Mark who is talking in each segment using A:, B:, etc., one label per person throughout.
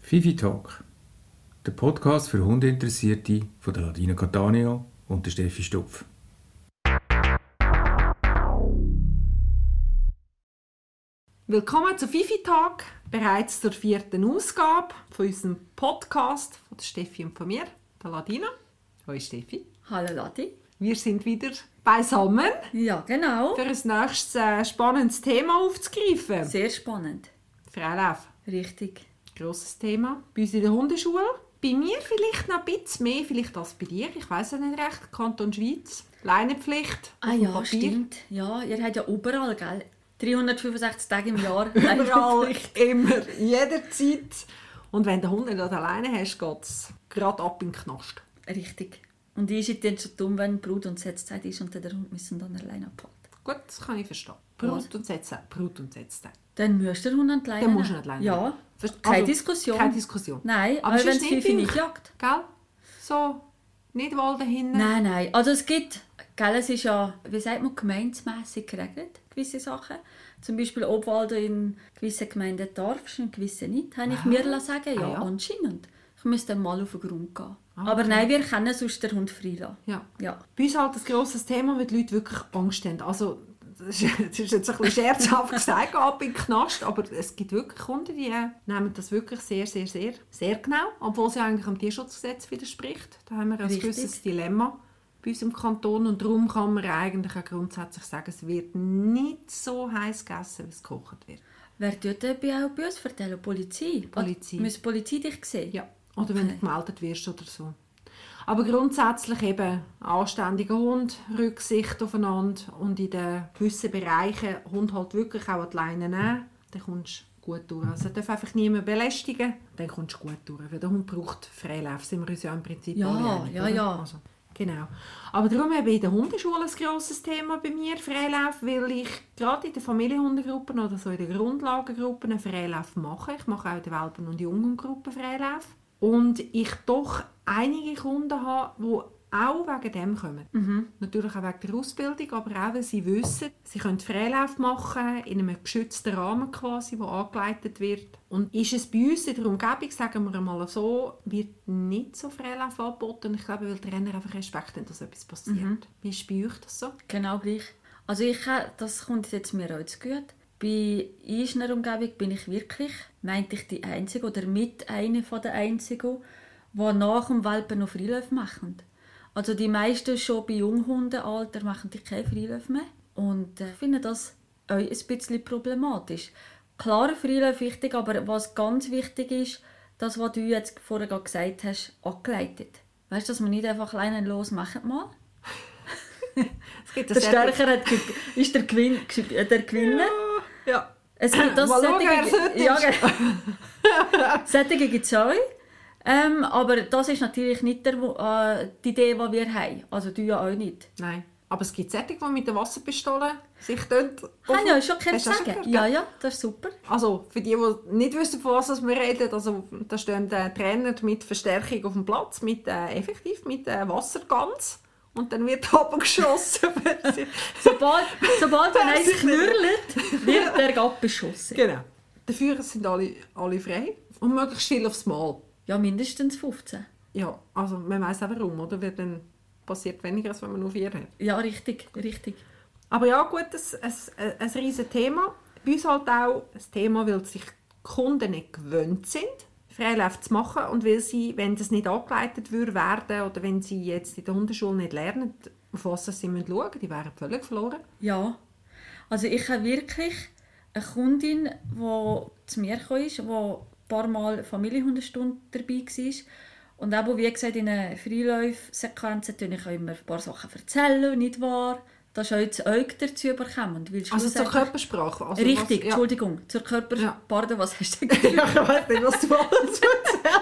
A: Fifi Talk, der Podcast für Hundeinteressierte von der Ladina Catania und der Steffi Stupf.
B: Willkommen zu Fifi Tag, bereits zur vierten Ausgabe von unserem Podcast von der Steffi und von mir, der Ladina. Hallo Steffi.
C: Hallo Ladi.
B: Wir sind wieder beisammen,
C: Ja, genau.
B: für ein nächstes äh, spannendes Thema aufzugreifen.
C: Sehr spannend.
B: Freilauf,
C: Richtig.
B: grosses Thema. Bei uns in der Hundeschule, bei mir vielleicht noch ein bisschen mehr vielleicht als bei dir, ich weiß ja nicht recht, Kanton Schweiz, Leinenpflicht auf
C: Ah
B: dem
C: ja,
B: Papier.
C: stimmt. Ja, ihr habt ja überall, gell? 365 Tage im Jahr.
B: Überall, immer, jederzeit. Und wenn der Hund nicht alleine hast, geht es gerade ab in den Knast.
C: Richtig. Und ich ist dann so dumm, wenn Brut und Setzzeit ist und dann der Hund müssen dann allein abholen.
B: Gut, das kann ich verstehen.
C: Was?
B: Brut und setzen, Brut und setzen.
C: Dann musst du den Hund allein
B: Dann musst du nicht alleine.
C: Ja.
B: Verst-
C: keine
B: also,
C: Diskussion.
B: Keine Diskussion.
C: Nein, aber, wenn
B: sonst
C: es Fifi
B: bin ich-
C: nicht jagt.
B: Gell? So, nicht wohl dahin.
C: Nein, nein. Also es gibt, gell, es ist ja, wie sagt man, gemeinsmässig geregelt, gewisse Sachen. Zum Beispiel, ob Waldo in gewissen Gemeinden darfst und gewisse nicht, habe ich mir lassen sagen ja,
B: Ah, ja.
C: anscheinend. Ich müsste dann mal auf den Grund gehen.
B: Ah,
C: Aber
B: okay.
C: nein, wir können sonst den Hund freilassen.
B: Ja.
C: Ja.
B: Bei uns halt ein grosses Thema, weil die Leute wirklich Angst haben. Also, das ist das ist jetzt ein bisschen scherzhaft gesagt, ab in den Knast, aber es gibt wirklich Kunden, die äh, nehmen das wirklich sehr, sehr, sehr, sehr genau, obwohl es ja eigentlich dem Tierschutzgesetz widerspricht. Da haben wir ein
C: Richtig.
B: gewisses Dilemma bei uns im Kanton und darum kann man eigentlich auch grundsätzlich sagen, es wird nicht so heiß gegessen, wie es gekocht wird.
C: Wer tut dabei auch bei uns vertellen? Polizei?
B: Polizei.
C: Muss die Polizei dich sehen?
B: Ja, oder wenn du gemeldet wirst oder so. Aber grundsätzlich eben anständiger Hund, Rücksicht aufeinander und in den gewissen Bereichen Hund halt wirklich auch an die Leine nehmen, dann kommst du gut durch. Also darf einfach niemand belästigen, dann kommst du gut durch. Weil der Hund braucht Freilauf, sind wir uns ja im Prinzip
C: Ja,
B: alle einig,
C: ja,
B: oder?
C: ja.
B: Also, genau. Aber darum eben in der Hundeschule ein grosses Thema bei mir, Freilauf, weil ich gerade in den Familienhundegruppen oder so in den Grundlagengruppen einen Freilauf mache. Ich mache auch in den Welpen- und Jungengruppen Freilauf. Und ich doch einige Kunden habe, die auch wegen dem kommen. Natürlich auch wegen der Ausbildung, aber auch, weil sie wissen, sie können Freilauf machen, in einem geschützten Rahmen quasi, der angeleitet wird. Und ist es bei uns in der Umgebung, sagen wir mal so, wird nicht so Freilauf angeboten. Ich glaube, weil die Trainer einfach Respekt haben, dass etwas passiert. Wie ist bei euch das so?
C: Genau gleich. Also ich, ha- das kommt jetzt mir auch zu gut. Bei Ischner Umgebung bin ich wirklich, meinte ich, die Einzige oder mit einer von den Einzigen, die nach dem Welpen noch Freiläufe machen. Also die meisten schon bei Junghundenalter machen die keine Freiläufe mehr. Und äh, ich finde das auch ein bisschen problematisch. Klar, Freiläufe wichtig, aber was ganz wichtig ist, das, was du jetzt vorher gerade gesagt hast, angeleitet. Weißt du, dass man nicht einfach alleine los machen mal?
B: Es gibt
C: Der
B: solche-
C: Stärker hat ge- ist der, Gewinn, der Gewinner.
B: Ah, Ja.
C: Es gibt das
B: Mal schauen, wer es heute
C: solche, ja, genau. solche gibt es auch. Ähm, aber das ist natürlich nicht der, wo- äh, die Idee, die wir haben. Also du ja auch nicht.
B: Nein. Aber es gibt solche, die mit der Wasserpistole sich dort...
C: Haben ja schon können
B: Hast du das schon
C: sagen.
B: gehört?
C: Ja, ja, das ist super.
B: Also, für die, die nicht wissen, von was wir reden, also, da stehen äh, Trainer mit Verstärkung auf dem Platz, mit, äh, effektiv mit äh, Wassergans. Und dann wird abgeschossen. wenn sie-
C: Sobald, sobald man
B: Wer
C: eins
B: sich nicht-
C: knurrt, wird der abgeschossen.
B: genau. Dafür sind alle, alle frei. Und möglichst viel aufs Mal.
C: Ja, mindestens 15.
B: Ja, also man weiß auch warum, oder? Weil dann passiert weniger, als wenn man nur vier hat.
C: Ja, richtig, richtig.
B: Aber ja, gut, das ist ein, ein riesiges Thema. Bei uns halt auch ein Thema, weil sich die Kunden nicht gewöhnt sind, Freilauf zu machen und weil sie, wenn das nicht angeleitet würde werden oder wenn sie jetzt in der Hundeschule nicht lernen, auf was sie müssen schauen müssen, die wären völlig verloren.
C: Ja. Also ich habe wirklich eine Kundin, die zu mir gekommen ist, die ein paar Mal Familienhundestunde dabei war. Und eben, wie gesagt, in den Freiläufsequenzen erzähle ich auch immer ein paar Sachen, erzählen, nicht wahr? Das ist auch das Auge dazu bekommen. Weil
B: Also zur
C: schlussendlich-
B: Körpersprache. Also
C: Richtig,
B: was, ja.
C: Entschuldigung, zur Körper...
B: Ja.
C: Pardon, was hast du gesagt?
B: Ja, ich weiß nicht, was du alles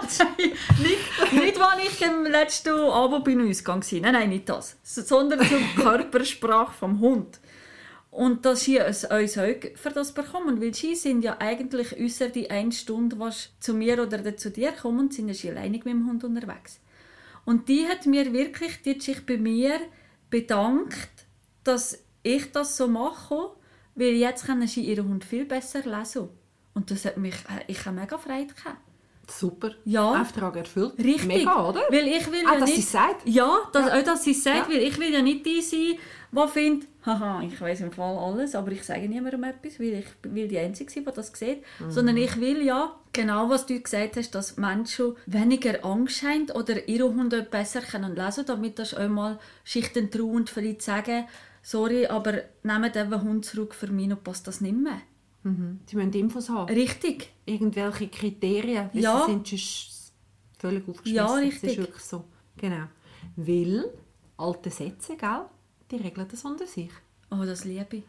B: erzählst.
C: nicht, nicht, wann ich im letzten Abend bei uns Ausgang war. Nein, nein, nicht das. S- Sondern zur Körpersprache vom Hund. Und dass sie ein Auge für das bekommen. Weil sie sind ja eigentlich außer die eine Stunde, was zu mir oder dann zu dir kommen, sind ja sie alleine mit dem Hund unterwegs. Und die hat mir wirklich, die hat sich bei mir bedankt, dass ich das so mache, weil jetzt können sie ihren Hund viel besser lesen. Und das hat mich, äh, ich habe mega Freude gehabt.
B: Super.
C: Ja.
B: Auftrag erfüllt.
C: Richtig.
B: Mega, oder?
C: Weil ich will
B: Ah,
C: ja
B: dass
C: nicht,
B: sie's sagt?
C: Ja, dass, Auch, dass sie es sagt,
B: Ja.
C: weil ich will ja nicht die sein, die findet, haha, ich weiß im Fall alles, aber ich sage niemandem etwas, weil ich will die Einzige sein, die das sieht.
B: Mhm.
C: Sondern ich will ja, genau was du gesagt hast, dass Menschen weniger Angst haben oder ihre Hunde besser können lesen damit das einmal Schichten trauend vielleicht sagen, sorry, aber nehmt diesen Hund zurück, für mich passt das nicht mehr.
B: Mhm. Sie müssen Infos haben.
C: Richtig.
B: Irgendwelche Kriterien. weil
C: Ja.
B: Sie sind sonst völlig aufgeschmissen.
C: Ja,
B: Das
C: richtig.
B: ist wirklich so. Genau. Weil alte Sätze, gell? Die regeln das unter sich.
C: Oh, das liebe ich.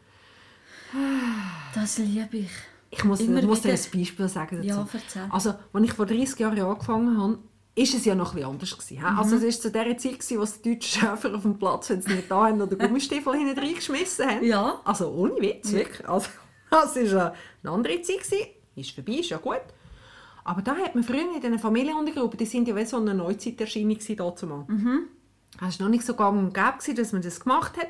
C: Das liebe ich.
B: Ich muss,
C: Immer
B: muss dir
C: wieder.
B: ein Beispiel sagen dazu.
C: Ja, erzähl.
B: Also, als ich vor 30 Jahren angefangen habe, ist es ja noch etwas anders. Gewesen, he?
C: Mhm.
B: Also, es war zu der Zeit, gewesen, wo es die deutschen Schäfer auf dem Platz, wenn sie nicht da haben, oder Gummistiefel hinten reingeschmissen haben.
C: Ja.
B: Also, ohne Witz, wirklich. Also, das war eine andere Zeit. Gewesen. Ist vorbei, ist ja gut. Aber da hat man früher in diesen Familienhundegruppen, die sind ja wie so eine Neuzeiterscheinung gewesen, dazumal.
C: Mhm.
B: Es war noch nicht so gang und gäbe, gewesen, dass man das gemacht hat.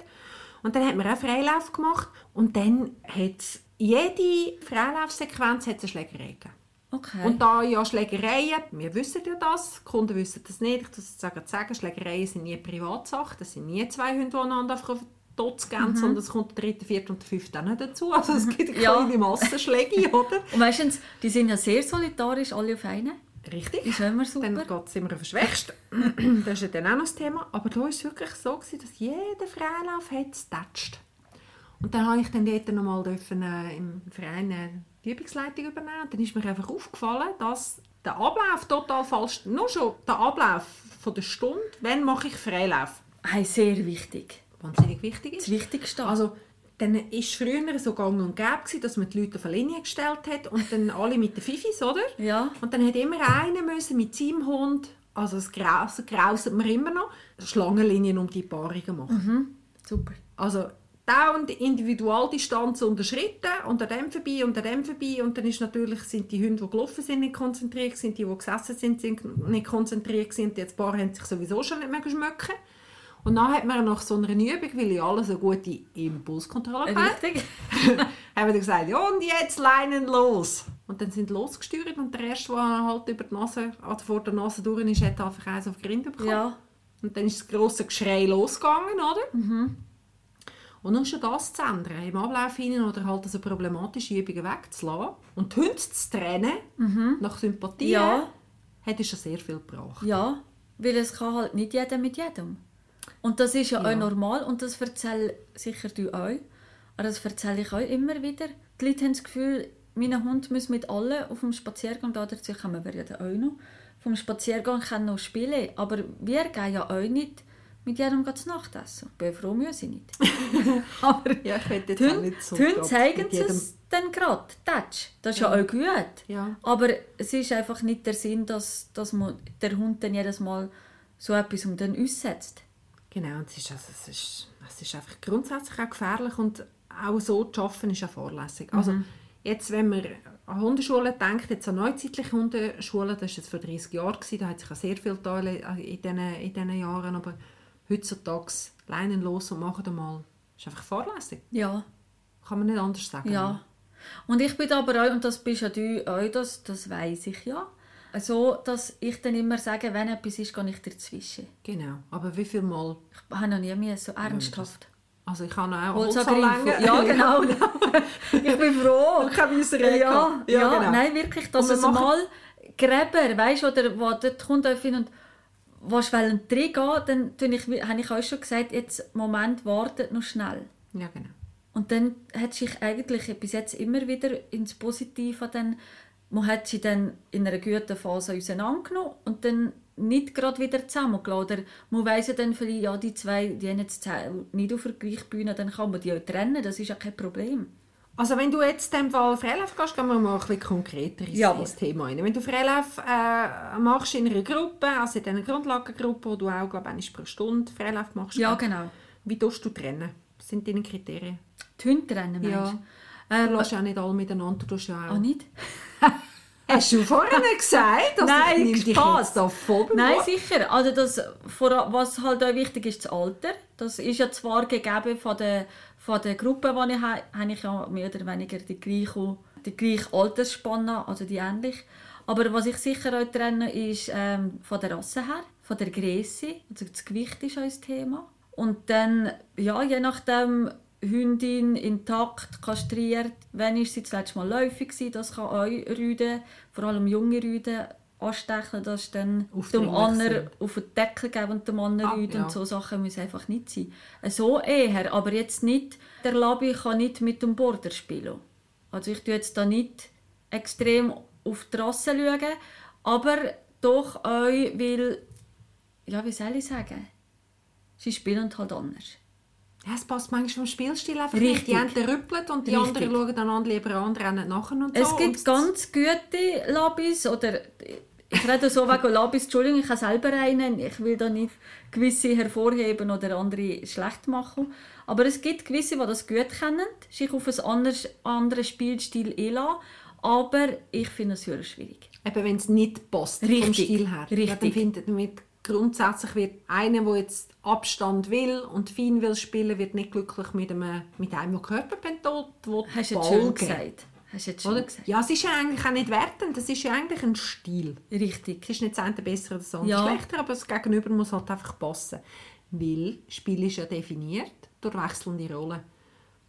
B: Und dann hat man auch Freilauf gemacht. Und dann hat jede Freilaufsequenz hat eine Schlägerei gegeben.
C: Okay.
B: Und da ja Schlägereien, wir wissen ja das, die Kunden wissen das nicht, ich muss es sagen, sagen, Schlägereien sind nie Privatsache, das sind nie zwei Hunde, die einander auf den Totz gehen, sondern es kommt der dritte, vierte und der fünfte auch noch dazu. Also es gibt eine
C: Mhm. Ja.
B: kleine Massenschläge, oder?
C: Und meistens, die sind ja sehr solidarisch, alle auf einen.
B: Richtig.
C: Ist immer super.
B: Dann geht es immer auf den Schwächsten. das ist ja dann auch noch das Thema. Aber da war es wirklich so, gewesen, dass jeder Freilauf hat es getatscht. Und dann habe ich dann dort nochmal dürfen, äh, im Verein äh, die Übungsleitung übernehmen. Und dann ist mir einfach aufgefallen, dass der Ablauf total falsch Nur schon der Ablauf von der Stunde, wann mache ich Freilauf,
C: Hey, sehr wichtig.
B: wahnsinnig wichtig
C: Das
B: ist.
C: Wichtigste.
B: Also, dann ist früher so gang und gäbe, gewesen, dass man die Leute auf eine Linie gestellt hat und dann alle mit den Fifis, oder?
C: Ja.
B: Und dann hat immer einer müssen mit seinem Hund, also das grausen, grausen wir immer noch, Schlangenlinien um die Paarungen machen.
C: super.
B: Also dauernd Individualdistanz unterschritten, unter dem vorbei, unter dem vorbei und dann ist natürlich, sind die Hunde, die gelaufen sind, nicht konzentriert sind, die, die gesessen sind, sind nicht konzentriert sind, jetzt paar haben sich sowieso schon nicht mehr geschmückt. Und dann hat man nach so einer Übung, weil ja alle so gute Impulskontrolle haben,
C: Äh, Richtig.
B: haben wir dann gesagt, ja, und jetzt leinen los. Und dann sind sie losgesteuert und der Rest, der halt über die Nase, also vor der Nase durch ist, hat einfach eins auf die Rinde bekommen.
C: Ja.
B: Und dann ist das grosse Geschrei losgegangen, oder? Und nur schon das zu ändern, im Ablauf hinein oder halt also problematische Übungen wegzulassen und die Hunde zu trennen, nach Sympathie,
C: Ja.
B: hat uns schon sehr viel gebracht.
C: Ja, weil es kann halt nicht jeder mit jedem. Und das ist ja,
B: Ja.
C: auch normal und das erzähle sicher du auch. Aber das erzähle ich auch immer wieder. Die Leute haben das Gefühl, mein Hund muss mit allen auf dem Spaziergang, da dazu kommen wir ja dann auch noch, vom Spaziergang kann noch spielen. Aber wir gehen ja auch nicht mit jedem gleich zu Nacht essen. Ich bin froh, müssen sie nicht. Aber
B: Ja, ich hätte jetzt
C: die
B: auch
C: Hunde,
B: nicht so
C: die Hunde
B: gedacht,
C: zeigen
B: mit
C: sie
B: jedem-
C: es dann gerade. Tatsch. Das ist ja, auch gut.
B: Ja.
C: Aber es ist einfach nicht der Sinn, dass, dass man, der Hund dann jedes Mal so etwas um den aussetzt.
B: Genau, und es ist, also, es, ist, es ist einfach grundsätzlich auch gefährlich und auch so zu arbeiten ist auch fahrlässig. Also
C: Mhm.
B: jetzt, wenn man an Hundeschulen denkt, jetzt an neuzeitliche Hundeschulen, das war jetzt vor 30 Jahren, gewesen, da hat sich auch sehr viel getan in diesen, in diesen Jahren, aber heutzutage leinen los und machen da mal, ist einfach fahrlässig.
C: Ja.
B: Kann man nicht anders sagen.
C: Ja. Und ich bin aber auch, und das bist ja du auch, das, das weiß ich ja, so, dass ich dann immer sage, wenn etwas ist, gehe ich dazwischen.
B: Genau, aber wie viel Mal,
C: Ich habe noch nie mehr so ernsthaft.
B: also ich kann auch
C: Holzangriff.
B: Holzanlängen-
C: Ja, genau. ich bin froh.
B: Ich habe unsere Regel.
C: Äh, Ja,
B: Ja,
C: ja,
B: genau.
C: nein, wirklich, dass
B: Und wir
C: es
B: machen-
C: mal Gräber, weißt du, oder wo dort kommt öffnen und was will ein Dreh gehen, dann tue ich, wie- habe ich euch schon gesagt, jetzt Moment, wartet noch schnell.
B: Ja, genau.
C: Und dann hat sich eigentlich bis jetzt immer wieder ins Positive dann, man hat sie dann in einer guten Phase auseinandergenommen und dann nicht gerade wieder zusammengelassen. Oder man weiss ja dann vielleicht, ja, die zwei, die haben jetzt zäh- nicht auf der gleichen Bühne, dann kann man die auch trennen, das ist ja kein Problem.
B: Also wenn du jetzt in dem Fall Freilauf gehst, gehen wir mal ein bisschen konkreter ins
C: Jawohl.
B: ins Thema rein. Wenn du Freilauf äh, machst in einer Gruppe, also in einer Grundlagengruppe, wo du auch, glaube ich, einmal pro Stunde Freilauf machst,
C: Ja,
B: gell?
C: genau.
B: wie tust du trennen? Was sind deine Kriterien?
C: Die Hunde trennen, meinst
B: Ja.
C: du?
B: Du
C: Ähm,
B: lässt ja auch nicht alle miteinander, du tust ja auch...
C: ah, nicht?
B: Hast du vorhin gesagt, dass
C: Nein,
B: ich nehme dich
C: Spaß.
B: jetzt da voll beim
C: Nein,
B: Wort?
C: sicher. Also das, vor- was halt auch wichtig ist, das Alter. Das ist ja zwar gegeben von der, von der Gruppe, die ich habe, habe ich ja mehr oder weniger die gleiche, die gleiche Altersspanne, also die ähnlich. Aber was ich sicher auch trenne, ist ähm, von der Rasse her, von der Größe. Also das Gewicht ist auch ein Thema. Und dann, ja, je nachdem, Hündin intakt, kastriert, wann ist sie das letzte Mal läufig gewesen, das kann auch Rüden, vor allem junge Rüden, anstechen, das ist dann
B: Aufdringlich
C: dem anderen
B: sind.
C: auf den Deckel geben und dem anderen
B: Ah,
C: Rüden
B: ja.
C: und so Sachen müssen einfach nicht sein. So eher, aber jetzt nicht, der Labi kann nicht mit dem Border spielen. Also ich tue jetzt da nicht extrem auf die Rasse schauen, aber doch auch, weil, ja, wie soll ich sagen, sie spielen halt anders.
B: Ja, es passt manchmal vom Spielstil einfach
C: Richtig.
B: nicht. Die einen rüppeln und die
C: Richtig.
B: anderen schauen einander lieber an, rennen nachher und so.
C: Es gibt
B: und
C: ganz gute Labis oder ich rede so wegen Labis, Entschuldigung, ich kann selber einen, ich will da nicht gewisse hervorheben oder andere schlecht machen, aber es gibt gewisse, die das gut kennen, sich auf einen anderes, anderen Spielstil einlassen, aber ich finde es sehr schwierig.
B: Eben wenn es nicht passt vom
C: Richtig,
B: Stil her. Ja, dann
C: richtig.
B: findet man mit- grundsätzlich wird einer, der jetzt Abstand will und fein will spielen, wird nicht glücklich mit einem, mit einem der Körperpentol will
C: Hast du
B: Ball
C: jetzt
B: geben.
C: schön gesagt. Hast du jetzt schön
B: Oder?
C: gesagt.
B: Ja, es ist ja eigentlich auch nicht wertend, es ist ja eigentlich ein Stil.
C: Richtig.
B: Es ist nicht das eine besser oder das andere
C: Ja.
B: schlechter, aber das Gegenüber muss halt einfach passen. Weil Spiel ist ja definiert durch wechselnde Rollen.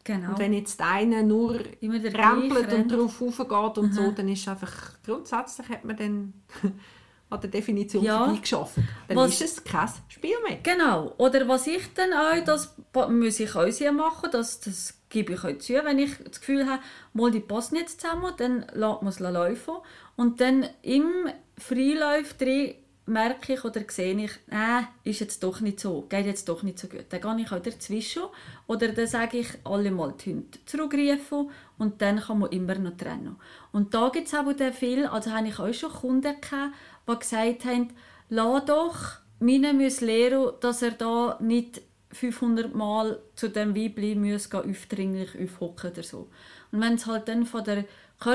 C: Genau.
B: Und wenn jetzt einer nur
C: Immer der
B: rempelt
C: gleiche
B: und
C: rennt.
B: drauf raufgeht und so, dann ist einfach grundsätzlich hat man dann an der Definition
C: Ja.
B: vorbeigeschafft. Dann
C: Was-
B: ist es kein Spiel mehr.
C: Genau. Oder was ich dann auch, das ba- muss ich auch sehr machen, das, das gebe ich euch zu, wenn ich das Gefühl habe, mal die passt nicht zusammen, dann lässt man es laufen. Und dann im Freilauf drin merke ich oder sehe ich, äh, ist jetzt doch nicht so, geht jetzt doch nicht so gut. Dann gehe ich auch dazwischen oder dann sage ich allemal die Hunde zurückrufen und dann kann man immer noch trennen. Und da gibt es auch wieder viel, also habe ich auch schon Kunden gehabt, die gesagt haben, lass doch meine muss lernen, dass er da nicht 500 Mal zu dem Weibli muss gehen, aufdringlich aufhocken oder so. Und wenn es halt dann von der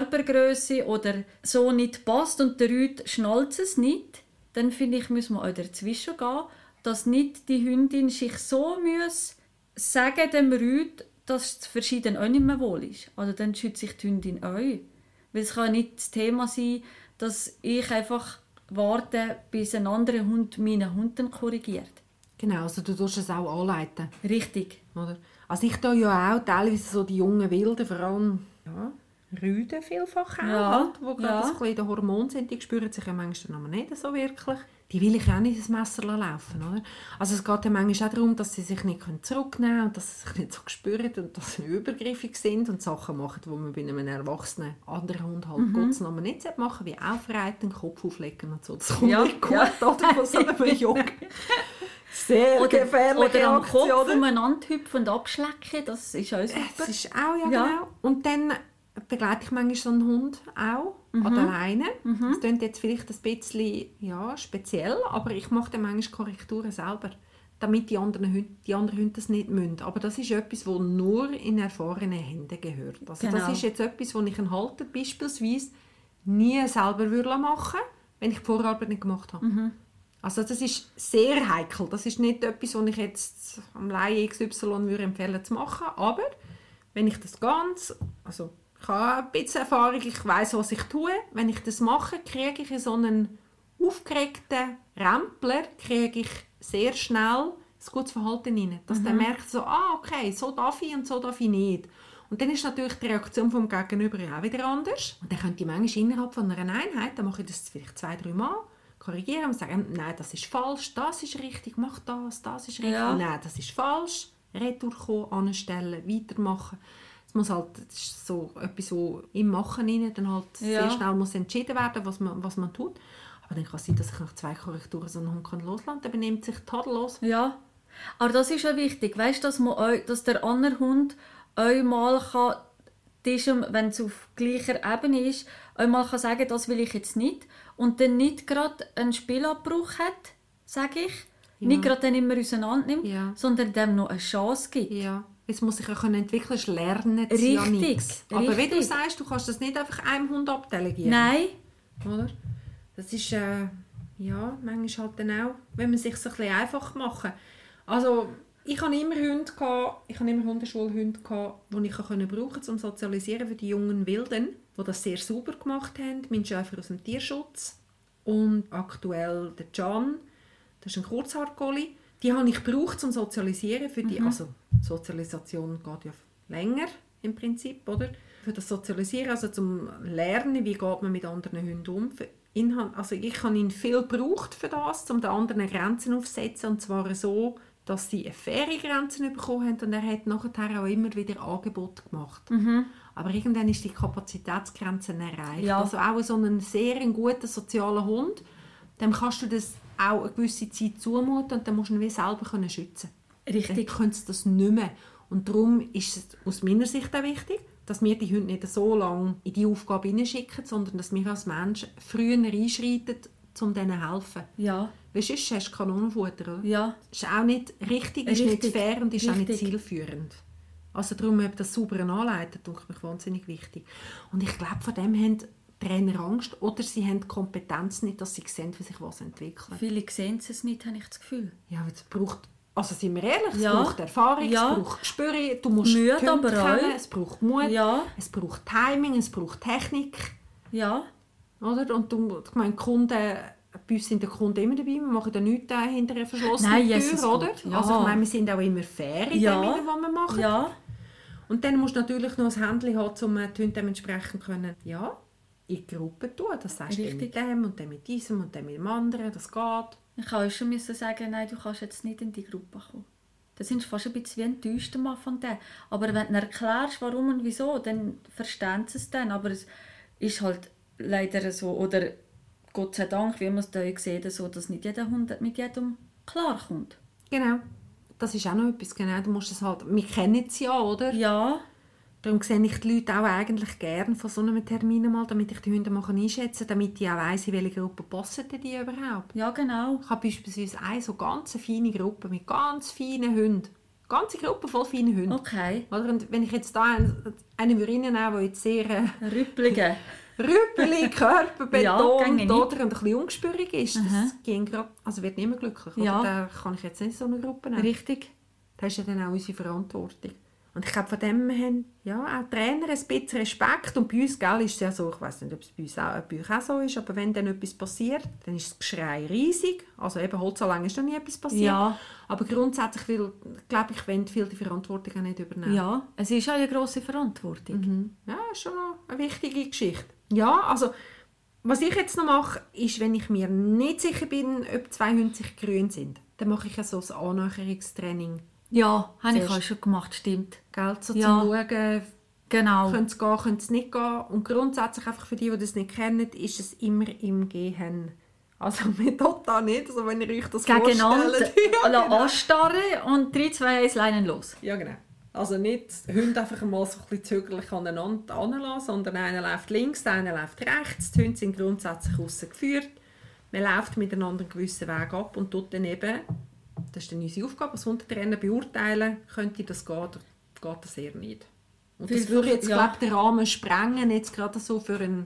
C: Körpergröße oder so nicht passt und der Rüd schnallt es nicht, dann finde ich, muss man auch dazwischen gehen, dass nicht die Hündin sich so muss sagen dem Rüd, dass es verschieden auch nicht mehr wohl ist. Also dann schützt sich die Hündin auch. Weil es kann nicht das Thema sein, dass ich einfach warte, bis ein anderer Hund meinen Hund dann korrigiert.
B: Genau, also du tust es auch anleiten.
C: Richtig.
B: Oder? Also ich tue ja auch teilweise so die jungen Wilden, vor allem ja, Rüden vielfach auch,
C: Ja,
B: halt, wo gerade
C: ja.
B: ein bisschen in den Hormonen sind, die spüren sich ja manchmal noch nicht so wirklich. Die will ich ja auch nicht ins Messer laufen, oder? Also es geht ja manchmal auch darum, dass sie sich nicht können zurücknehmen können und dass sie sich nicht so spüren und dass sie übergriffig sind und Sachen machen, die man bei einem erwachsenen anderen Hund halt mhm. Gottes Namen nicht sollte machen wie aufreiten, Kopf auflegen und so. Das kommt
C: Ja,
B: nicht gut,
C: ja.
B: oder? Von so einem Jungen. Sehr gefährliche
C: oder am
B: Aktion,
C: Kopf umeinander hüpfen und abschlecken, das ist auch
B: das
C: super.
B: ist auch, ja,
C: Ja.
B: genau. Und dann begleite ich manchmal so einen Hund auch an
C: Mhm.
B: der Leine. Das klingt jetzt vielleicht ein bisschen ja, speziell, aber ich mache dann manchmal Korrekturen selber, damit die anderen Hunde, die anderen Hunde das nicht müssen. Aber das ist etwas, das nur in erfahrene Hände gehört. Also das
C: Genau.
B: ist jetzt etwas, wo ich einen Halter beispielsweise nie selber würde machen wenn ich die Vorarbeit nicht gemacht habe.
C: Mhm.
B: Also das ist sehr heikel. Das ist nicht etwas, was ich jetzt am Laie XY würde empfehlen zu machen. Aber wenn ich das ganz, also ich habe ein bisschen Erfahrung, ich weiß, was ich tue. Wenn ich das mache, kriege ich so einen aufgeregten Rempler, kriege ich sehr schnell ein gutes Verhalten rein. Dass der merkt so, ah okay, so darf ich und so darf ich nicht. Und dann ist natürlich die Reaktion vom Gegenüber auch wieder anders. Und dann könnte ich manchmal innerhalb von einer Einheit, dann mache ich das vielleicht zwei, drei Mal, korrigieren und sagen, nein, das ist falsch, das ist richtig, mach das, das ist richtig,
C: Ja.
B: nein, das ist falsch, retour kommen, anstellen, weitermachen. Es muss halt, das ist so etwas, wo im Machen rein, dann halt
C: Ja.
B: sehr schnell muss entschieden werden, was man, was man tut. Aber dann kann es sein, dass ich nach zwei Korrekturen so einen Hund kann loslassen kann, dann benimmt sich tadellos.
C: Ja. Aber das ist auch wichtig, weißt, dass, man auch, dass der andere Hund auch mal kann, diesem, wenn es auf gleicher Ebene ist, auch mal kann sagen, das will ich jetzt nicht. Und dann nicht gerade einen Spielabbruch hat, sage ich.
B: Ja.
C: Nicht gerade dann immer auseinander nimmt,
B: Ja.
C: sondern dem noch eine Chance gibt.
B: Ja. Jetzt muss ich ja können entwickeln, es lernen zu ja
C: Richtig,
B: nichts. Aber wie du
C: richtig.
B: sagst, du kannst das nicht einfach einem Hund abdelegieren.
C: Nein,
B: oder? Das ist äh, ja manchmal halt dann auch, wenn man sich so ein bisschen einfach machen. Also Ich hatte immer Hunde, gehabt, ich hatte immer Hundeschulhunde, gehabt, die ich brauchen konnte, um zu Sozialisieren für die jungen Wilden, die das sehr sauber gemacht haben. Mein Schäfer aus dem Tierschutz und aktuell der Can, das ist ein Kurzhaargolli. Die habe ich gebraucht, um Sozialisieren für die, also Sozialisation geht ja länger im Prinzip, oder? Für das Sozialisieren, also zum Lernen, wie geht man mit anderen Hunden um. Für ihn, han- also ich habe ihn viel gebraucht für das, um den anderen Grenzen aufzusetzen, und zwar so, dass sie eine faire Grenze bekommen haben und er hat nachher auch immer wieder Angebote gemacht. Aber irgendwann ist die Kapazitätsgrenze erreicht.
C: Ja.
B: Also auch so einen sehr guten sozialen Hund, dem kannst du das auch eine gewisse Zeit zumuten und dann musst du ihn wie selber können schützen
C: Richtig.
B: Dann können sie das nicht mehr. Und darum ist es aus meiner Sicht auch wichtig, dass wir die Hunde nicht so lange in die Aufgabe hineinschicken, sondern dass wir als Mensch früher einschreiten, um denen zu helfen.
C: Ja,
B: Weil sonst hast du Kanonenfutter, oder?
C: ja.
B: Ist auch nicht richtig, ist
C: Richtig.
B: nicht fair und ist auch nicht
C: Richtig.
B: zielführend. Also darum eben das saubere Anleiten, denke ich, wahnsinnig wichtig. Und ich glaube, von dem haben die Trainer Angst oder sie haben die Kompetenz nicht, dass sie sehen, wie sich was entwickelt.
C: Viele sehen es nicht, habe ich das Gefühl.
B: Ja, aber es braucht, also sind wir ehrlich, es
C: Ja.
B: braucht Erfahrung,
C: Ja.
B: es braucht Gespür, du musst
C: Mut
B: die Hunde
C: aber auch.
B: kennen, es braucht Mut,
C: Ja.
B: es braucht Timing, es braucht Technik.
C: Ja,
B: Oder? Und du, ich meine, die Kunden, bei uns sind die Kunden immer dabei, wir machen da nichts äh, hinter einer verschlossenen
C: Nein,
B: Tür,
C: Jesus
B: oder?
C: Gott, ja.
B: Also ich meine, wir sind auch immer fair in
C: Ja.
B: dem, Sinne, was wir machen.
C: ja,
B: Und dann musst du natürlich noch ein Händchen haben, um äh, die Hunde dementsprechend können, ja, in die Gruppe tun. Das sagst du dann
C: Richtig.
B: mit dem und dann mit diesem und dann mit dem anderen, das geht.
C: ich kann auch schon müssen sagen, nein, du kannst jetzt nicht in die Gruppe kommen. Da sind sie fast ein bisschen wie enttäuscht am Anfang. Dann. Aber wenn du ihnen erklärst, warum und wieso, dann verstehen sie es dann. Aber es ist halt leider so, oder Gott sei Dank, wie man es da sieht, so, dass nicht jeder Hund mit jedem klarkommt.
B: Genau. Das ist auch noch etwas, genau. Du musst es halt, wir kennen es ja, oder?
C: Ja,
B: Darum sehe ich die Leute auch eigentlich gerne von so einem Termin mal, damit ich die Hunde mal einschätzen kann, damit ich auch weiss, in welche Gruppe passen denn die überhaupt.
C: ja genau.
B: Ich habe beispielsweise eine so ganz feine Gruppe mit ganz feinen Hunden. Ganze Gruppe voll feinen Hunden.
C: Okay.
B: Oder? Und wenn ich jetzt da einen, einen würde reinnehmen, der jetzt sehr äh,
C: Rüppligen.
B: rüppelig,
C: Ja,
B: körperbetont
C: ginge nicht.
B: oder und ein bisschen ungespürig ist, das ging grad, also wird niemand glücklich.
C: Ja.
B: Oder? Da kann ich jetzt nicht in so eine Gruppe nehmen.
C: Richtig.
B: Das ist ja dann auch unsere Verantwortung. Und ich glaube, von dem haben ja, auch die Trainer ein bisschen Respekt. Und bei uns gell, ist es ja so, ich weiß nicht, ob es bei, uns auch, bei euch auch so ist, aber wenn dann etwas passiert, dann ist das Geschrei riesig. Also eben, halt so lange ist noch nie etwas passiert.
C: Ja.
B: Aber grundsätzlich will, glaube ich, wenn viel die Verantwortung auch nicht übernehmen.
C: Ja, es ist auch eine grosse Verantwortung.
B: Ja, ist schon noch eine wichtige Geschichte. Ja, also was ich jetzt noch mache, ist, wenn ich mir nicht sicher bin, ob zwei Hunde sich grün sind, dann mache ich ja so ein Annäherungstraining.
C: Ja, habe ich
B: Zuerst.
C: auch schon gemacht, stimmt.
B: Gell? So
C: Ja.
B: zum Schauen,
C: Genau.
B: Könnte es gehen, könnte es nicht gehen. Und grundsätzlich, einfach für die, die das nicht kennen, ist es immer im Gehen. Also mit Totta nicht, also wenn ihr euch das
C: Gegeneinander
B: vorstellt.
C: ja, anstarren und 3, 2, 1, Leinen los.
B: Ja, genau. Also nicht Hunde einfach mal so ein bisschen zögerlich aneinander anlassen, sondern einer läuft links, der einer läuft rechts. Die Hunde sind grundsätzlich aussen geführt. Man läuft miteinander einen gewissen Weg ab und tut dann eben, das ist dann unsere Aufgabe, als Hundetrainer beurteilen, könnte das gehen oder geht das eher nicht. Und das
C: Vielfach,
B: würde jetzt,
C: ja.
B: glaube ich, den Rahmen sprengen, jetzt gerade so für einen,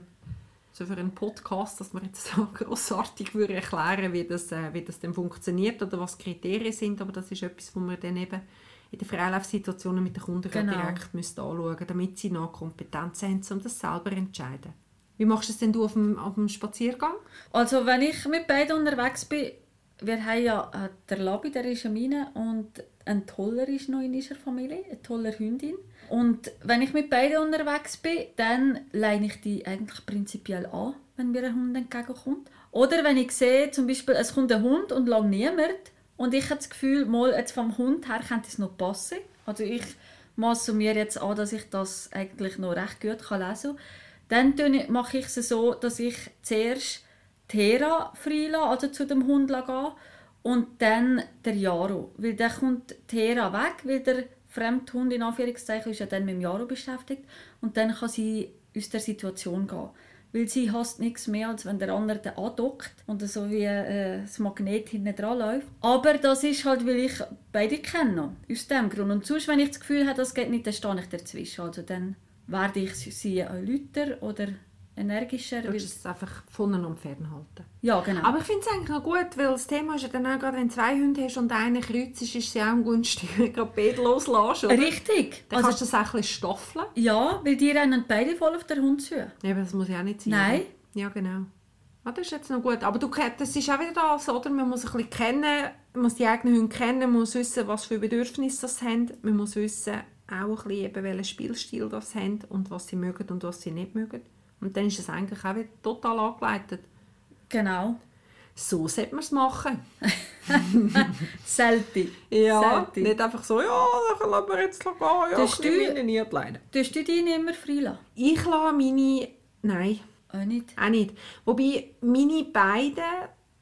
B: so für einen Podcast, dass man jetzt so grossartig würde erklären wie das, äh, wie das denn funktioniert oder was die Kriterien sind. Aber das ist etwas, was man dann eben in den Freilaufsituationen mit den Kunden gerade
C: Genau.
B: direkt müsste anschauen damit sie noch Kompetenz haben, um das selber zu entscheiden. Wie machst du es denn du auf dem, auf dem Spaziergang?
C: Also wenn ich mit beiden unterwegs bin, wir haben ja äh, der Labi, der ist ja meine und ein toller ist noch in unserer Familie, eine tolle Hündin. Und wenn ich mit beiden unterwegs bin, dann leine ich die eigentlich prinzipiell an, wenn mir ein Hund entgegenkommt. Oder wenn ich sehe, zum Beispiel, es kommt ein Hund und lang niemand und ich habe das Gefühl, mal jetzt vom Hund her könnte es noch passen. Also ich maße mir jetzt an, dass ich das eigentlich noch recht gut kann lesen kann. Dann tue ich- mache ich es so, dass ich zuerst Thera freilassen, also zu dem Hund gehen und dann der Jaro, weil dann kommt Thera weg, weil der Fremdhund in Anführungszeichen ist ja dann mit dem Jaro beschäftigt und dann kann sie aus der Situation gehen, weil sie hasst nichts mehr, als wenn der andere den andockt und so wie äh, das Magnet hinten dran läuft. Aber das ist halt, weil ich beide kenne, aus dem Grund. Und sonst, wenn ich das Gefühl habe, das geht nicht, dann stehe ich dazwischen. Also dann werde ich sie auch lauter oder energischer.
B: Du
C: Weil,
B: es einfach von und fernhalten.
C: ja, genau.
B: Aber ich finde es eigentlich noch gut, weil das Thema ist ja dann auch gerade, wenn du zwei Hunde hast und einer kreuzt, ist es ja auch günstig, wenn du beide loslässt, oder?
C: Richtig.
B: Dann kannst
C: Also,
B: du das auch ein bisschen staffeln.
C: ja, weil die rennen beide voll auf der Hundschuhe.
B: Ja, aber das muss ja auch nicht sein.
C: Nein.
B: Ja, genau. Ah, das ist jetzt noch gut. Aber du, ke- das ist auch wieder das, oder? Man muss ein bisschen kennen, man muss die eigenen Hunde kennen, man muss wissen, was für Bedürfnisse das haben. Man muss wissen, auch ein bisschen eben, welchen Spielstil das haben und was sie mögen und was sie nicht mögen. Und dann ist es eigentlich auch wieder total angeleitet.
C: Genau.
B: So sollte man es machen.
C: Selten. Selten.
B: nicht einfach so, ja, dann lassen wir jetzt gehen, ja,
C: ein bisschen meine
B: nicht alleine.
C: Tust du die nicht immer freilassen?
B: Ich lasse meine, nein,
C: Auch nicht.
B: Auch nicht. Wobei meine beiden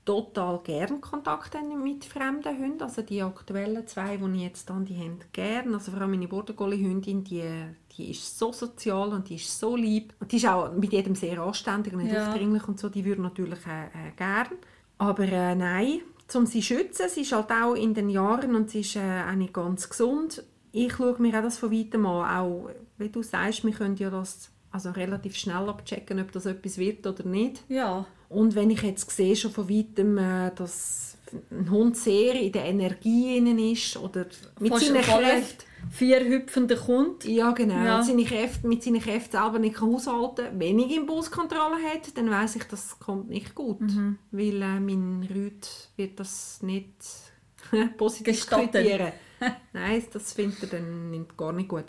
B: total gern Kontakt haben mit fremden Hunden. Also die aktuellen zwei, die ich jetzt habe, die haben gern. Also vor allem meine Border Collie Hündin, die, die ist so sozial und die ist so lieb. Und die ist auch mit jedem sehr anständig und nicht
C: Ja.
B: aufdringlich und so. Die würde natürlich äh, äh, gern. Aber äh, nein, um sie zu schützen, sie ist halt auch in den Jahren und sie ist äh, auch nicht ganz gesund. Ich schaue mir auch das von weitem an. Auch, wie du sagst, wir können ja das also relativ schnell abchecken, ob das etwas wird oder nicht.
C: Ja.
B: Und wenn ich jetzt sehe, schon von weitem, äh, dass ein Hund sehr in der Energie innen ist oder mit
C: Fast
B: seinen
C: voll
B: Kräften.
C: Vier hüpfende Hund.
B: Ja, genau.
C: Ja.
B: Seine Kräfte, mit seinen Kräften selber nicht kann haushalten kann. Wenn ich Impulskontrolle hätte, dann weiß ich, das kommt nicht gut.
C: Mhm.
B: Weil äh, mein Rüd wird das nicht positiv
C: Gestatten.
B: quittieren. Nein, das findet er dann nicht- gar nicht gut.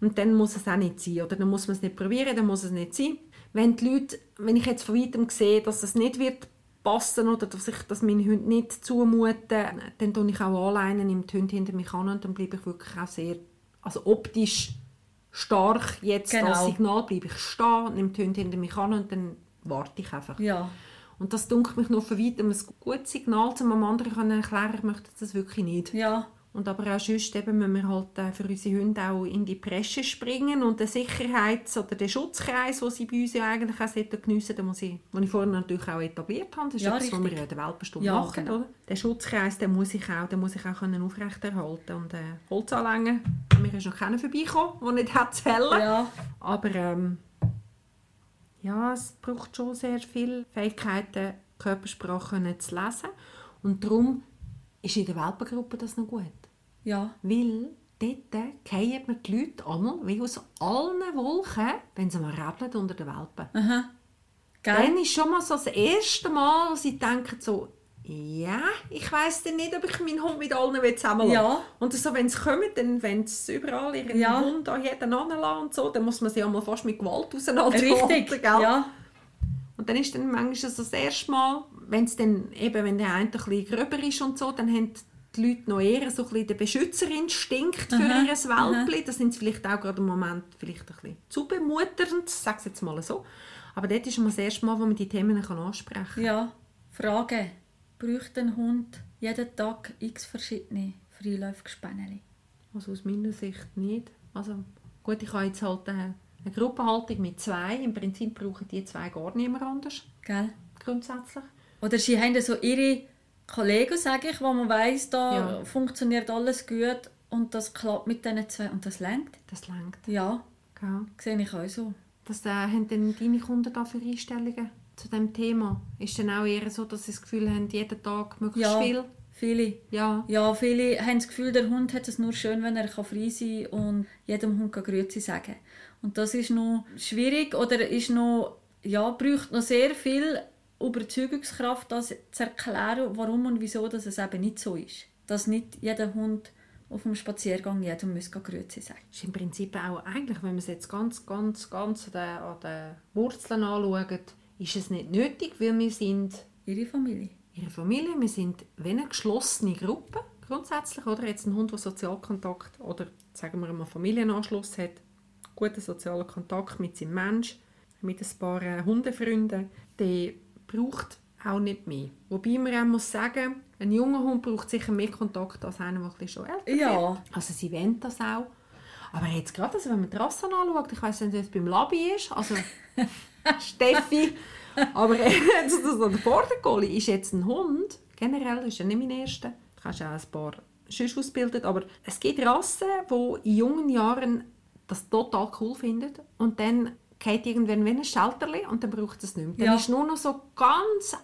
B: Und dann muss es auch nicht sein. Oder dann muss man es nicht probieren, dann muss es nicht sein. Wenn die Leute, wenn ich jetzt von weitem sehe, dass es nicht wird passen oder dass ich das meinen Hunden nicht zumuten, dann tue ich auch alleine, nehme die Hunde hinter mich an und dann bleibe ich wirklich auch sehr, also optisch stark jetzt
C: Genau.
B: als Signal bleibe ich stehen, nehme die Hunde hinter mich an und dann warte ich einfach.
C: Ja.
B: Und das dunkelt mich noch von weitem ein gutes Signal, um einem anderen können erklären, ich möchte das wirklich nicht.
C: Ja.
B: Und aber auch sonst eben müssen wir halt äh, für unsere Hunde auch in die Presse springen und den Sicherheits- oder den Schutzkreis, den sie bei uns ja eigentlich auch sollten geniessen sollten, den, den ich vorher natürlich auch etabliert habe, das ist
C: Ja,
B: etwas, was
C: richtig.
B: wir ja in der Weltbestunde
C: Ja,
B: machen,
C: genau.
B: oder? Den Schutzkreis, den muss ich auch, den muss ich auch können aufrechterhalten und äh, Holz anlängen. Mir ist noch keiner vorbeigekommen, der nicht hat zu hellen.
C: Ja.
B: Aber ähm, ja, es braucht schon sehr viel Fähigkeiten, Körpersprache können zu lesen. Und darum ist in der Welpengruppe das noch gut.
C: Ja.
B: Weil dort fallen mir die Leute einmal wie aus allen Wolken, wenn sie mal rappeln unter den Welpen.
C: Aha. Gell?
B: Dann ist schon mal so das erste Mal, wo sie denken so, ja, ich weiss dann nicht, ob ich meinen Hund mit allen will zusammenlassen will.
C: Ja.
B: Und so, wenn sie kommen, dann wenn sie überall ihren
C: Ja.
B: Hund an jeden anlassen und so, dann muss man sie auch mal fast mit Gewalt auseinanderhalten.
C: Richtig.
B: gell?
C: Ja.
B: Und dann ist dann manchmal so das erste Mal, wenn es dann eben, wenn der eine ein bisschen gröber ist und so, dann haben die Leute noch eher so ein bisschen den Beschützerinstinkt für
C: Aha,
B: ihr Welpli. Das sind sie vielleicht auch gerade im Moment vielleicht ein bisschen zu bemuternd, sage es jetzt mal so. Aber dort ist immer das erste Mal, wo man die Themen kann ansprechen kann.
C: Ja. Frage. Braucht ein Hund jeden Tag x verschiedene Freilaufgespänne?
B: Also aus meiner Sicht nicht. Also gut, ich habe jetzt halt eine, eine Gruppenhaltung mit zwei. Im Prinzip brauchen die zwei gar niemand anders,
C: Gell?
B: grundsätzlich.
C: Oder sie haben so ihre Kollegen, sage ich, wo man weiss, da
B: Ja.
C: funktioniert alles gut und das klappt mit diesen zwei und das lenkt.
B: Das längt.
C: Ja,
B: Gell?
C: sehe ich auch so.
B: Was äh, haben denn deine Kunden da für Einstellungen zu diesem Thema? Ist dann auch eher so, dass sie das Gefühl haben, jeden Tag möglichst
C: Ja,
B: viel?
C: viele.
B: Ja.
C: Ja, viele haben das Gefühl, der Hund hat es nur schön, wenn er kann frei sein kann und jedem Hund kann Grüezi sagen Und das ist noch schwierig oder ist noch, ja, braucht noch sehr viel Überzeugungskraft, das zu erklären, warum und wieso dass es eben nicht so ist. Dass nicht jeder Hund auf dem Spaziergang jedem muss Grüezi sagen
B: Ist im Prinzip auch eigentlich, wenn man es jetzt ganz, ganz, ganz an den, an den Wurzeln anschaut, ist es nicht nötig, weil wir sind
C: Ihre Familie.
B: ihre Familie, wir sind wie eine geschlossene Gruppe grundsätzlich, oder? Jetzt ein Hund, der Sozialkontakt oder sagen wir mal Familienanschluss hat, guten sozialen Kontakt mit seinem Mensch, mit ein paar äh, Hundefreunden, der braucht auch nicht mehr. Wobei man auch muss sagen, ein junger Hund braucht sicher mehr Kontakt als einer, der ein bisschen schon älter
C: Ja.
B: wird. Also sie wollen das auch. Aber jetzt gerade, also wenn man die Rassen anschaut, ich weiss nicht, ob es beim Labi ist, also Steffi. Aber jetzt das an der Border Collie ist jetzt ein Hund. Generell ist er nicht mein erster. Du kannst auch ein paar sonst ausbilden. Aber es gibt Rassen, die in jungen Jahren das total cool finden. Und dann geht irgendwann wie ein Schalterli und dann braucht es nicht mehr. Dann
C: Ja.
B: ist nur noch so ganz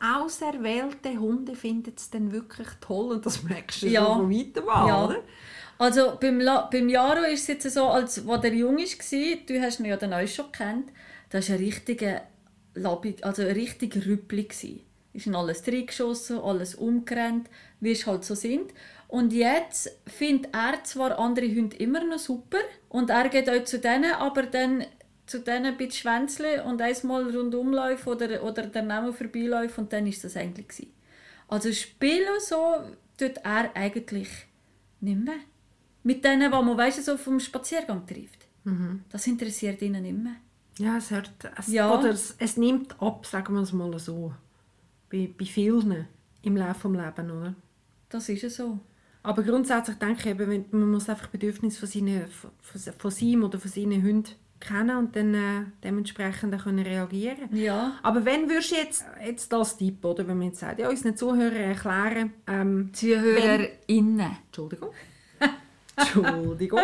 B: auserwählte Hunde findet es dann wirklich toll und das merkst du
C: Ja.
B: schon von weitem an,
C: Ja.
B: oder?
C: Also beim, La beim Jaro ist es jetzt so, als wo der jung war, du hast ihn ja dann auch schon kennt, das war ein richtiger Labig, also ein richtiger Rüppli. gsi. Ist in alles reingeschossen, alles umgerannt, wie es halt so sind. Und jetzt findet er zwar andere Hunde immer noch super und er geht auch zu denen, aber dann zu denen ein bisschen schwänzeln und einmal rundum läuft oder, oder der Name vorbeiläuft und dann ist das eigentlich gsi. Also spielen so tut er eigentlich nicht mehr. Mit denen, die man weiss, so vom Spaziergang trifft.
B: Mhm.
C: Das interessiert ihn nicht mehr.
B: Ja, es hört, es,
C: Ja.
B: Oder es, es nimmt ab, sagen wir es mal so. Bei, bei vielen im Laufe des Lebens, oder?
C: Das ist ja so.
B: Aber grundsätzlich denke ich, eben, wenn- man muss einfach Bedürfnisse von, seinen, von, von seinem oder von seinen Hunden kennen und dann äh, dementsprechend auch können reagieren
C: Ja.
B: Aber wenn würdest du jetzt, jetzt das Tipp, oder, wenn man jetzt sagt, ja, unseren Zuhörern erklären, ähm,
C: ZuhörerInnen.
B: Entschuldigung. Entschuldigung.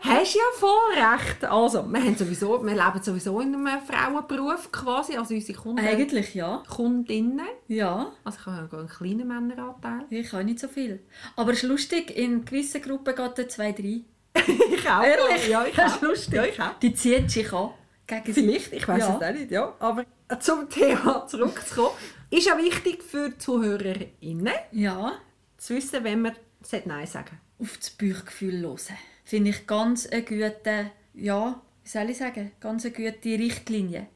B: Hast ja voll recht. Also, wir, haben sowieso, wir leben sowieso in einem Frauenberuf quasi, also unsere Kunden,
C: Eigentlich ja.
B: Kundinnen.
C: Ja.
B: Also ich habe ja gar einen kleinen Männeranteil.
C: Ich kann nicht so viel. Aber es ist lustig, in gewissen Gruppen geht der zwei, drei.
B: Ich auch.
C: Ehrlich?
B: Ja, ich
C: Das
B: auch.
C: ist lustig.
B: Ja, ich auch.
C: Die zieht sich an. Gegen
B: Vielleicht, ich weiß
C: ja.
B: es auch nicht, ja. Aber zum Thema zurückzukommen, ist ja wichtig für die ZuhörerInnen,
C: Ja.
B: zu wissen, wenn man sollte Nein sagen
C: auf das Bauchgefühl hören. Finde ich ganz eine gute, ja, wie soll ich sagen, ganz eine gute Richtlinie.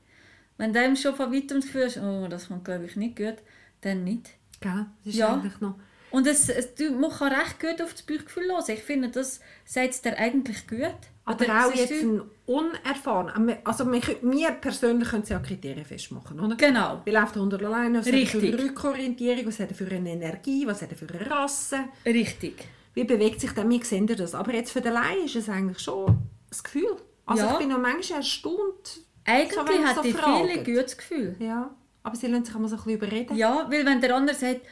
C: Wenn du schon von weitem das Gefühl hast, oh, das kommt glaube ich nicht gut, dann nicht.
B: Gell? Das ist
C: Ja.
B: eigentlich noch...
C: Und es, es, du, man kann recht gut auf das Bauchgefühl hören. Ich finde, das sagt es dir eigentlich gut.
B: Aber
C: Oder
B: auch
C: es ist
B: jetzt ein unerfahren. Also wir, können- wir persönlich können sie ja Kriterien festmachen, oder?
C: Genau,
B: Wie läuft der Hund alleine? Was hat er
C: Richtig.
B: für eine Rückorientierung? Was hat er für eine Energie? Was hat er für eine Rasse?
C: richtig.
B: Wie bewegt sich der? Wir sehen ja das. Aber jetzt für den Laien ist es eigentlich schon das Gefühl. Also
C: Ja.
B: ich bin noch manchmal erstaunt. So,
C: Eigentlich
B: wenn man
C: hat
B: so
C: die
B: fragt.
C: viele gutes Gefühl.
B: Ja. Aber sie lassen sich immer so ein bisschen überreden.
C: Ja, weil wenn der andere sagt,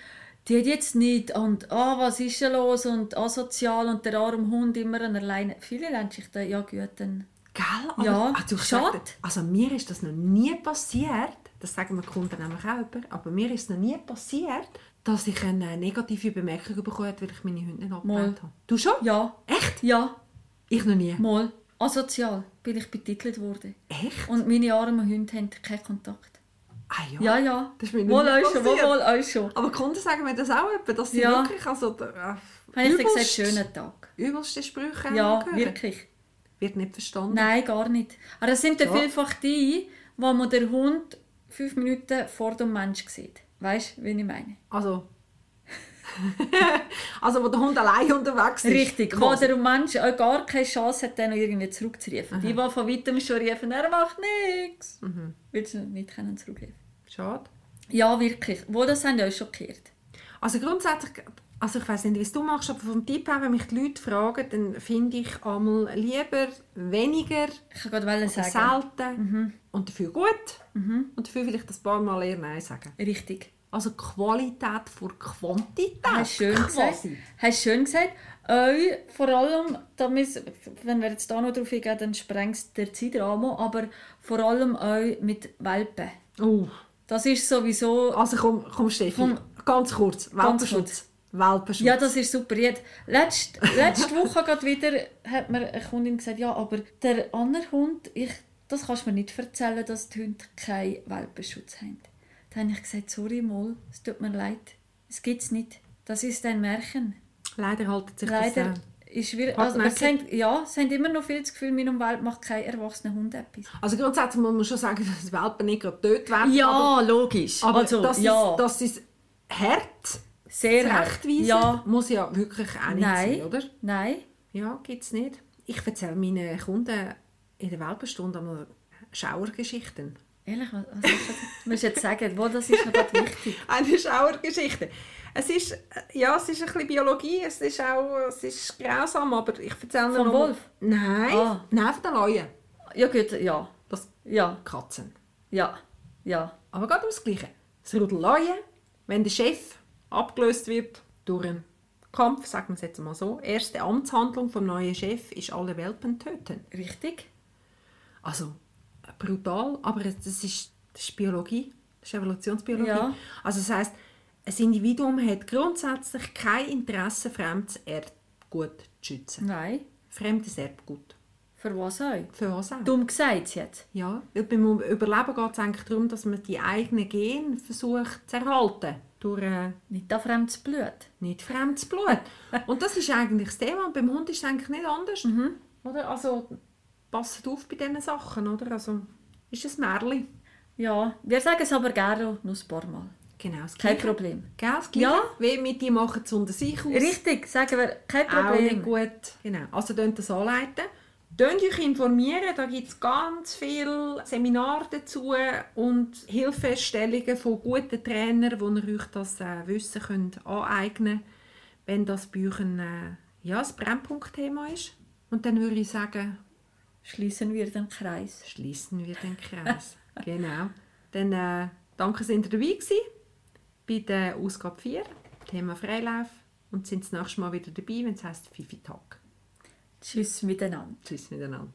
C: die hat jetzt nicht und ah, was ist denn los und asozial und der arme Hund immer an alleine. Viele lernen sich da, ja gut, dann
B: Gell? Aber,
C: Ja,
B: ah, du hast
C: schade.
B: gesagt, Also mir ist das noch nie passiert, das sagen wir Kunden nämlich auch immer, aber mir ist noch nie passiert, dass ich eine negative Bemerkung bekommen habe, weil ich meine Hunde nicht abgewählt habe. Du schon?
C: ja,
B: Echt?
C: ja,
B: Ich noch nie.
C: mal asozial bin ich betitelt worden.
B: Echt?
C: Und meine armen Hunde haben keinen Kontakt.
B: Ah ja.
C: Ja, ja.
B: Das ist mir noch
C: mal
B: nie
C: auch schon, mal,
B: passiert.
C: mal auch schon.
B: Aber Kunden sagen mir das auch etwa, dass sie
C: Ja.
B: wirklich also der,
C: Habe ich dir gesagt, schönen Tag.
B: übelste Sprüche
C: Ja,
B: haben wir gehört.
C: wirklich.
B: Wird nicht verstanden.
C: Nein, gar nicht. Aber das sind dann
B: Ja.
C: vielfach die, wo man den Hund fünf Minuten vor dem Mensch sieht. Weißt du, wie ich meine?
B: Also... also wo der Hund allein unterwegs ist.
C: Richtig, wo
B: Quasi.
C: der Mensch auch gar keine Chance hat, den noch irgendwie zurückzurufen. Die, die von weitem schon rufen, er macht nichts.
B: Mhm.
C: Willst du nicht können zurückrufen?
B: Schade.
C: Ja, wirklich. Wo das haben euch schockiert.
B: Also grundsätzlich, also ich weiß nicht, wie es du machst, aber vom Tipp her, wenn mich die Leute fragen, dann finde ich einmal lieber weniger,
C: Ich kann gerade sagen. Mhm.
B: selten und dafür gut und dafür vielleicht ein paar Mal eher Nein sagen.
C: Richtig.
B: Also Qualität vor Quantität.
C: Hast schön gesagt.
B: quasi.
C: Hast schön gesagt. Euch, vor allem, damit, wenn wir jetzt da noch drauf eingehen, dann sprengst der Zeitrahmen, aber vor allem euch mit Welpen.
B: Oh.
C: Das ist sowieso
B: Also komm, komm Steffi,
C: Komm.
B: ganz kurz,
C: Ganz
B: Welpenschutz. Welpenschutz.
C: Hm. Ja, das ist super. Jed- Letzt, letzte Woche gerade wieder hat mir eine Kundin gesagt, ja, aber der andere Hund, ich, das kannst du mir nicht erzählen, dass die Hunde keinen Welpenschutz haben. Dann habe ich gesagt, sorry mal, es tut mir leid, es gibt es nicht. Das ist ein Märchen.
B: Leider haltet sich
C: Leider
B: das auch.
C: ist wir, also, es
B: Hartnäckig.
C: haben, ja, es haben immer noch viel das Gefühl, in meinem Welt macht kein erwachsener Hund etwas.
B: Also grundsätzlich muss man schon sagen, dass Welpen nicht gerade tot werden. aber,
C: logisch.
B: aber
C: also,
B: das,
C: ja,
B: ist, das ist hart.
C: sehr hart.
B: Zurechtweisen
C: Ja,
B: muss ja wirklich auch nicht
C: nein,
B: sein, oder?
C: nein.
B: Ja, gibt es nicht. Ich erzähle meinen Kunden eh, in der Welpenstunde einmal Schauergeschichten.
C: Ehrlich, was, was ist das? Du musst jetzt sagen, wo das ist noch gerade wichtig.
B: Eine Schauergeschichte. Es ist, äh, ja, es ist ein bisschen Biologie, es ist auch, äh, es ist grausam, aber ich erzähle
C: Vom
B: noch mal-
C: Wolf?
B: Nein,
C: Ah.
B: nein, von den Leuen.
C: Ja gut, ja.
B: Das
C: Ja,
B: Katzen.
C: ja, ja.
B: Aber geht ums Gleiche. Es Rudel Leuen, wenn der Chef abgelöst wird durch einen Kampf, sagen wir es jetzt mal so, erste Amtshandlung vom neuen Chef ist alle Welpen töten.
C: Richtig?
B: Also, brutal, aber es- das ist, das ist Biologie, das ist Evolutionsbiologie.
C: Ja.
B: Also das heißt, ein Individuum hat grundsätzlich kein Interesse, fremdes Erbgut zu schützen.
C: Nein.
B: Fremdes Erbgut.
C: Für was auch?
B: Für was auch?
C: Dumm gesagt jetzt.
B: Ja, weil beim Überleben geht es eigentlich darum, dass man die eigenen Gene versucht zu erhalten. Durch äh,
C: Nicht da fremdes Blut.
B: nicht fremdes Blut. Und das ist eigentlich das Thema. Und beim Hund ist es eigentlich nicht anders. Oder? Also, passet auf bei diesen Sachen, oder? Also, ist es Märli.
C: Ja, wir sagen es aber gerne noch ein paar Mal.
B: Genau, das
C: Kein
B: Gleiche.
C: Problem.
B: Gell, das Gleiche.
C: Ja.
B: Wie mit die machen es unter sich aus.
C: Richtig, sagen wir kein
B: Auch nicht
C: Problem.
B: gut. Genau. Also, könnt das anleiten. Könnt euch informieren, da gibt es ganz viele Seminare dazu und Hilfestellungen von guten Trainern, wo ihr euch das äh, Wissen könnt aneignen könnt, wenn das bei euch ein, äh, ja, ein Brennpunktthema ist. Und dann würde ich sagen,
C: Schließen wir den Kreis.
B: schließen wir den Kreis. genau. Dann äh, danke, sind ihr dabei gewesen bei der Ausgabe 4, Thema Freilauf. Und sind das nächste Mal wieder dabei, wenn es heisst Fifi Tag.
C: Tschüss miteinander.
B: Tschüss miteinander.